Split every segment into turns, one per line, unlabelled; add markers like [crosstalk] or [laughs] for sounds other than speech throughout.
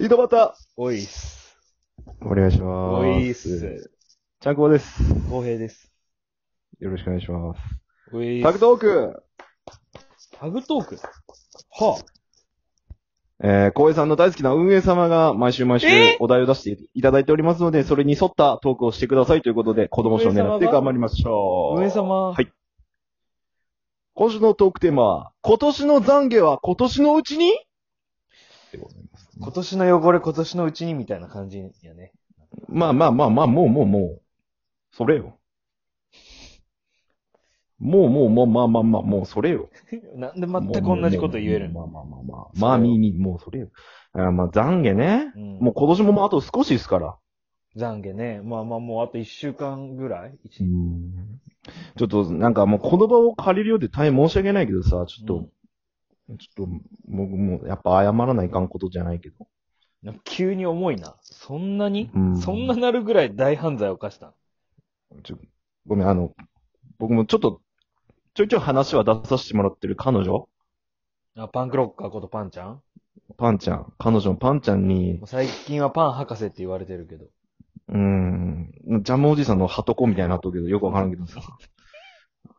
井戸端、おいっす。
お願いします。
おいっ。す。
ちゃんこです。
公平です。
よろしくお願いします。
おい
タグトーク
タグトークはあ、
えー、光栄さんの大好きな運営様が毎週毎週
え
お題を出していただいておりますので、それに沿ったトークをしてくださいということで、子供賞を狙って頑張りましょう。
上様。
はい今週のトークテーマは、今年の懺悔は今年のうちにでございますね
今年の汚れ今年のうちにみたいな感じやね。 [laughs]
まあまあまあまあ、もうもうもう、それよ。もうもうもう、まあまあまあ、もうそれよ。
なんで全く同じこと言える
まあ
の
まあまあまあ。
それを
まあ、みーみー、もうそれよ。あまあ、懺悔ね。も
も
う今年ももうあと少しですから。
うん、懺悔ね。まあまあもうあと一週間ぐらい一
ちょっと、なんかもうこの場を借りるようで大変申し訳ないけどさ、ちょっと、ちょっと、僕もうやっぱ謝らないかんことじゃないけど。
うん急に重いな。そんなに、
うん
そんななるぐらい大犯罪を犯したの
ちょごめん、あの、僕もちょっと、ちょいちょい話は出させてもらってる彼女
あ、パンクロッカーことパンちゃんも
パンちゃん。彼女のパンちゃんに
う、最近はパン博士って言われてるけど。
うん、ジャムおじさんのハトコみたいになっとるけど、よくわからんけどさ。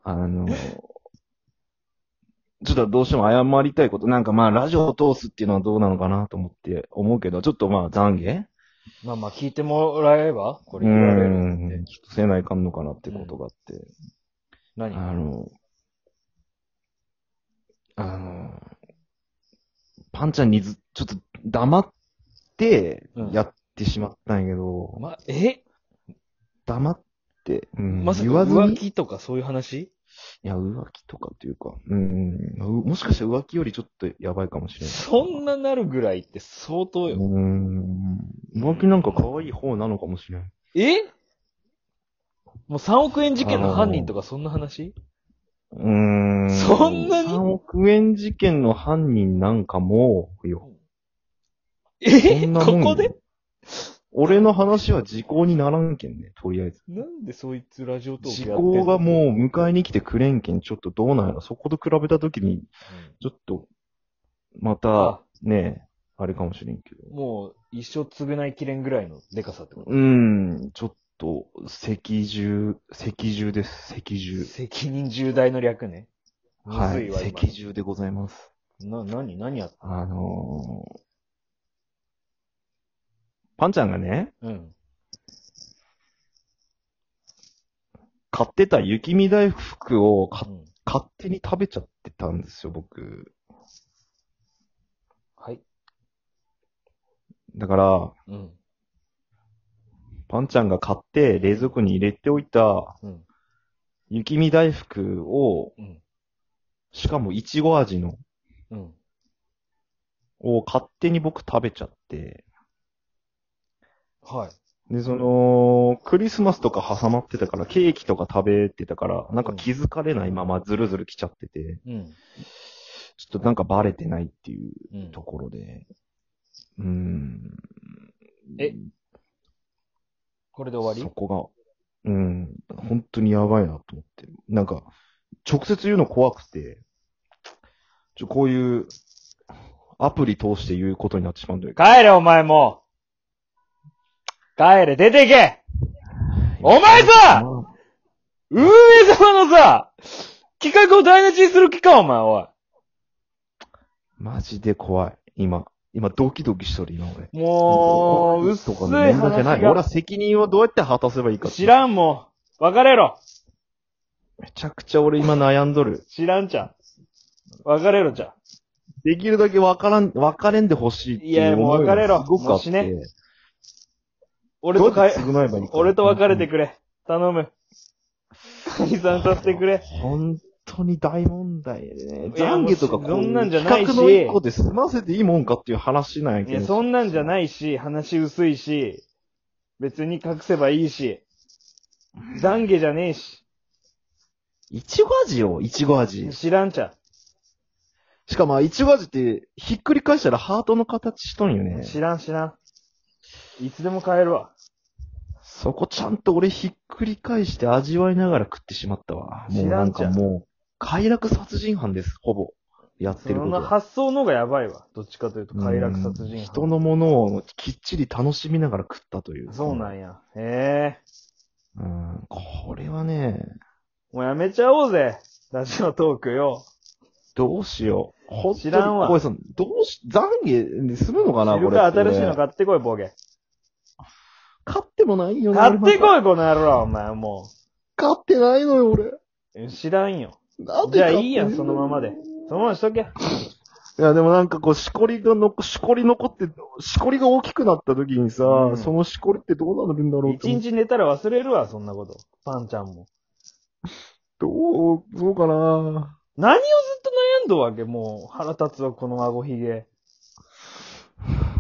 あの、ちょっとどうしても謝りたいこと、なんかまあ、ラジオを通すっていうのはどうなのかなと思って思うけど、ちょっとまあ、懺悔
まあまあ聞いてもらえれば、これ
う
言われるって
ん、。ちょっとせないかんのかなってことがあって。
何
あの、あの、パンちゃんにず、ちょっと黙って
うん
やってしまったんやけど、
ま、え
黙って、うん
まさか
言わず
浮
に
気とかそういう話
いや、浮気とかっていうか、うん、うんもしかしたら浮気よりちょっとやばいかもしれない。
そんななるぐらいって相当よ。
うん。浮気なんか可愛い方なのかもしれない。
えもう3億円事件の犯人とかそんな話
うん。
そんなに
?3 億円事件の犯人なんかも、よ。
え
そん
こ
なもんよ
こで
俺の話は時効にならんけんね、とりあえず。
なんでそいつラジオトーク
時
やってん
効
の
がもう迎えに来てくれんけん、ちょっとどうなんやろ。そこと比べたときに、ちょっと、また
あ、
ね、あれかもしれんけど。
うんもう一生償いきれんぐらいのデカさってこと
うん、ちょっと、赤十、赤十です、赤十。
責任重大の略ね。む
は
ず
い、
わ今
赤十でございます。
な、何、何やっ
あのー、パンちゃんがね、
うん。
買ってた雪見大福を
う
か
ん
勝手に食べちゃってたんですよ、僕。
はい。
だから、
うん。
パンちゃんが買って冷蔵庫に入れておいた
うん。
雪見大福を、
うん。
しかもいちご味の、
うん。
を勝手に僕食べちゃって、
はい。
で、その、クリスマスとか挟まってたから、ケーキとか食べてたから、なんか気づかれないままずるずる来ちゃってて、
うん。
ちょっとなんかバレてないっていう
うん
ところで、うーん。
えこれで終
そ
わ
こが、うん、本当にやばいなと思って。なんか、直接言うの怖くて、ちょ、こういう、アプリ通して言うことになってしまうんだ
り
けど、
帰れ、お前もう帰れ、出ていけお前さ運営様のさ、企画を台無しにする気か、お前、おい。
マジで怖い、今。今、ドキドキしとる、今俺。
もう、うっす
と
い
か面倒じゃない。
話
俺は
が。
責任をどうやって果たせばいいかって
知らんもん。別れろ。
めちゃくちゃ俺今悩んどる。
知らんちゃん。別れろちゃ
できるだけわからん、別れんでほしいっていう。
いやもう別れろ
すごくあって。
もう死ね俺
俺
と
と
かえ、
償えばいいか
俺と別れてくれ。頼む。解散させてくれ。
本当に大問題でね。
いや
懺悔とか
もう
う
そんなんじゃないし
企画の一個で済ませていいもんかっていう話なんや
い
け
や、
ど。
そんなんじゃないし、話薄いし、別に隠せばいいし、懺悔じゃねえし、
いちご味よ、いちご味。
知らんちゃ
しかも、いちご味って、ひっくり返したらハートの形しとんよ
ん。
ね。
知らん知らん。いつでも帰るわ。
そこちゃんと俺ひっくり返して味わいながら食ってしまったわ。もうなん
知ら
か
んじ
もう、快楽殺人犯です、ほぼ。やってるこ
そ
と
の
が。
発想の方がやばいわ。どっちかというと、快楽殺
うん
人
人のものをきっちり楽しみながら食ったという。
そうなんや。へえ。
うん。これはね、
もうやめちゃおうぜ。ラジオトークよ。
どうしよう。本当に
知らん
小
わ
林さん、どうし、懺悔にするのかな
昼
これ。
から新しいの。買ってこい、ボケ。
買ってもないよね。
買ってこ
い
い、この野郎、お前も
買ってないのよ、俺。
う。知らんよ。
なんで
じゃあ
買って
いいやん、そのままで。そのままにしとけ。
いや、でもなんかこう、しこりがの、しこり残って、しこりが大きくなった時にさ、
うん
そのしこりってどうなるんだろうって
一
思って。
日寝たら忘れるわ、そんなこと。パンちゃんも。
どう、そうかな
何をずっと悩んどるわけもう、腹立つわ、この顎ひげ。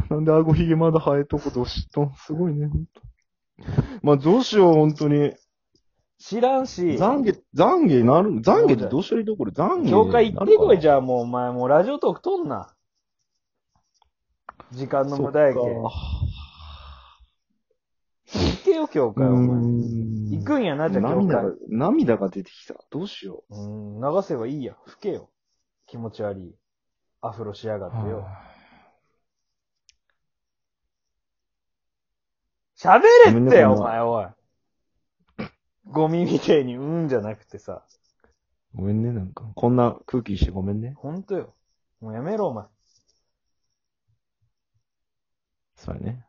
なんで顎ひげまだ生えとこと知ったんすごいね、ほんと。まあ、どうしよう、本当に。
知らんし。
懺悔、懺悔なる、懺悔ってどうしたらいいところ懺悔。
教会行ってこい、じ
ゃ
ゃあもう、お前もうラジオトーク撮んな。時間の無駄やけ。
そっ
行
か
けよ、教会、お
う
前。
ん
行くんやな、じゃあ教
涙
会
が。、涙が出てきた。どうしよ
うん、流せばいいや。吹けよ。気持ち悪い。アフロしやが
う。
ってよ。
は
喋
ごめん
れっ
ね
て
こ
よ、
ん
お
な
前、おい。ゴミみてえに、うんじゃなくてさ。
いごめんね、なんか。こんな空気にしてごめんね。
ほんとよ。もうやめろ、お前。
そうやね。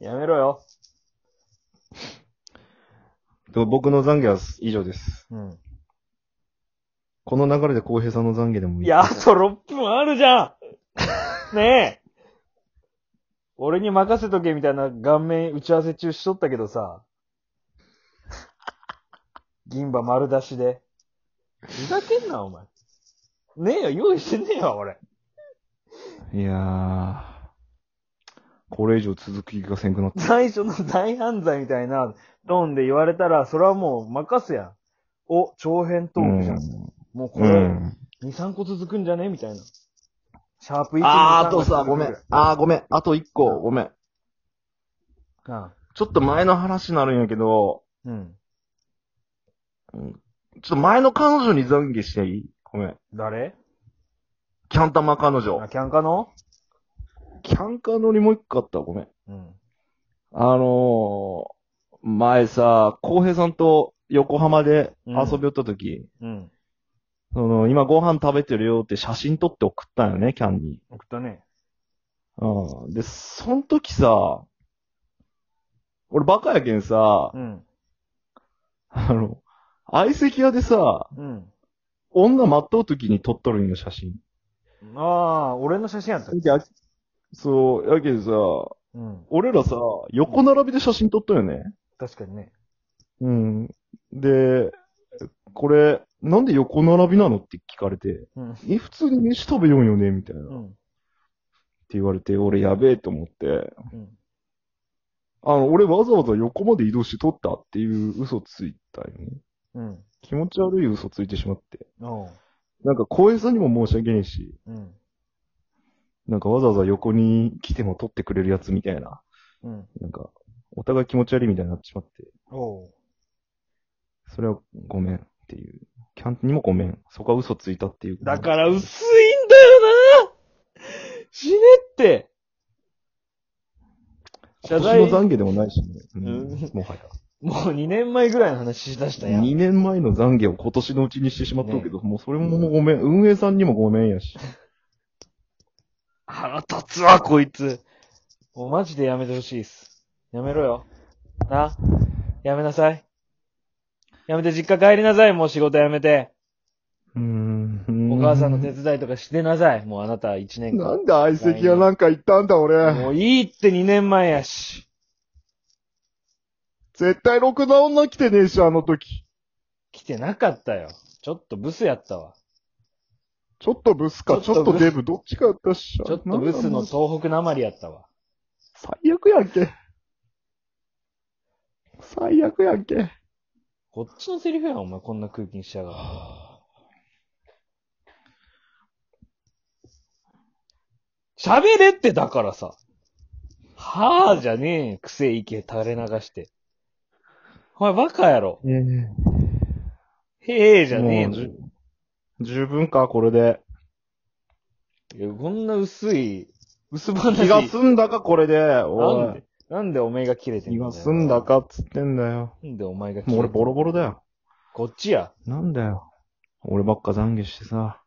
やめろよ。
と僕の懺悔は以上です。
うん。
この流れで浩平さんの懺悔でもいい
いや、あと6分あるじゃんねえ俺に任せとけみたいな顔面打ち合わせ中しとったけどさ。銀歯丸出しで。ふざけんな、お前。ねえよ、用意してねえわ、俺。
いやー。これ以上続く気がせんくなった。
最初の大犯罪みたいなトーンで言われたら、それはもう任すやん。お、長編トークじゃん。もうこれ、
うん。
2、3個続くんじゃねみたいな。シャープ1
あー、あとさ、ごめん。あー、ごめん。あと一個、ごめん。
あ
ちょっと前の話になるんやけど、
うん。
ちょっと前の彼女に懺悔していいごめん。
誰
キャンタマ彼
あ、
女。
キャンカの
キャンカーのにもう一個あったわごめん。
うん。
あのー、前さ、浩平さんと横浜で遊び寄った時、
うん。
その、今ご飯食べてるよって写真撮って送ったんよね、キャンに。
送ったね。
うん。で、その時さ、俺バカやけんさ、
うん。
あの、相席屋でさ、
うん。
女待っとう時に撮っとるんよ、写真。
ああ、俺の写真やったっけ。
そう、やけんさ、
うん。
俺らさ、横並びで写真撮ったよね。
確かにね。
うん。で、これ、なんで横並びなのって聞かれて、
うん。
え、普通に飯食べようよね、みたいな。
う
って
ん。
言われて、俺やべえと思って、
うん。
あの、俺わざわざ横まで移動して撮ったっていう嘘ついたよね。
うん。
気持ち悪い嘘ついてしまって。
おう。
なんか、光栄さんにも申し訳ねえし、
うん。
なんかわざわざ横に来ても撮ってくれるやつみたいな。
うん。
なんか、お互い気持ち悪いみたいになっちまって、
おう。
それはごめんっていう。キャンにもごめん。そこは嘘ついたっていう。
だから薄いんだよな死ねって
今
謝罪、
年の
も
懺悔でもないしね。う
うん
ん、もはや。
う2年前ぐらいの話しだしたやん。
2年前の懺悔を今年のうちにしてしまったけど、もうそれもごめん。運営さんにもごめんやし。
腹立つわ、こいつ。もうマジでやめてほしいっす。やめろよ。な。やめなさい。やめて実家帰りなさい、もう仕事やめて。
うーん。
お母さんの手伝いとかしてなさい。もうあなた1年
な
間。
んで相席屋なんか行ったんだ俺。
もういいって2年前やし。
絶対ろくな女来てねえし、あの時。
来てなかったよ。ちょっとブスやったわ。
ちょっとブスか、
ち
ち
ょ
ょ
っと
っと
ブス
デブ、どっちかやったっしょ。
ちょっとブス
なんだも
の
う
東北なまりやったわ。
最悪やんけ。最悪やんけ。
こっちのセリフやん、お前、こんな空気にしやがって。喋れってだからさ。はぁじゃねえよ、癖いけ垂れ流して。お前バカやろ。へえじゃねえ
もう
の。
じゅ十分か、これで。
いやこんな薄い、薄話。
気が済んだか、これで。
なん
おい
で。、なんでお前が切れてん
気
だよ
が済んだ。かっつってんだよ。
なんでお前が切れ
もう
て
俺ボロボロだよ。
こっちや。
なんだよ。俺ばっか懺悔してさ。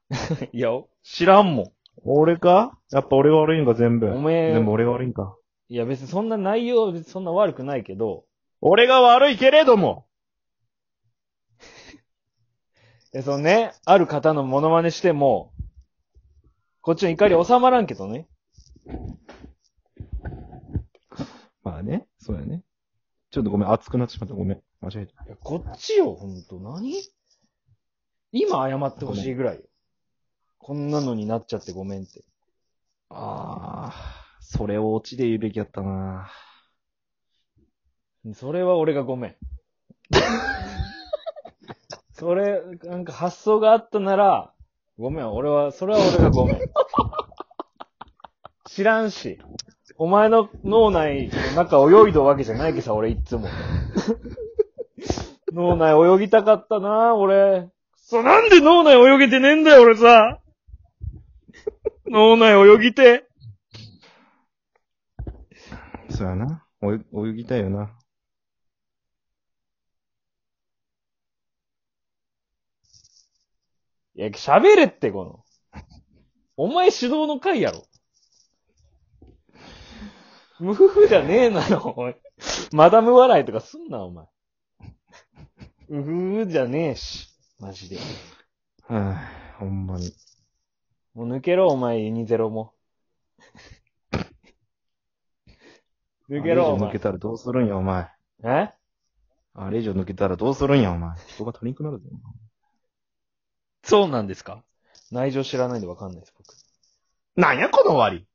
いや、知らんもん。
俺かやっぱ俺が悪いんか、全部。
おめえ
全部俺が悪いんか。
いや、別にそんな内容は別にそんな悪くないけど、
俺が悪いけれども
いや、そのね、ある方のモノマネしても、こっちの怒り収まらんけどね。
まあね、そうやね。ちょっとごめん、熱くなってしまった。ごめん、間違えた。
いや、こっちよ、ほんと。何今謝ってほしいぐらいよ。こんなのになっちゃってごめんって。
ああ、それをオチで言うべきやったな。
それは俺がごめん。 [laughs] それ、なんか発想があったなら、ごめん、俺は、それは俺がごめん。 [laughs] 知らんし。お前の脳内の中泳いどるわけじゃないけどさ、俺いっつも。脳内泳ぎたかったな、俺。そう、なんで脳内泳げてねえんだよ、俺さ。脳内泳ぎて。
そうやな。およ泳ぎたいよな。
いや、喋れって、この。お前主導の回やろ。無夫婦じゃねえなよ、おい。マダム笑いとかすんな、お前。うふふじゃねえし。マジで。
はい、ほんまに。
もう抜けろ、お前、ユニゼロも。 [laughs] 抜け
あれ以上
ろ、お
抜け
前。
たらどうするんや、お前。
え
あれ以上抜けたらどうするんや、お前。人が足りんくなるぜ。
そうなんですか内情知らないんでわかんないです、僕。
なんや、この終わり。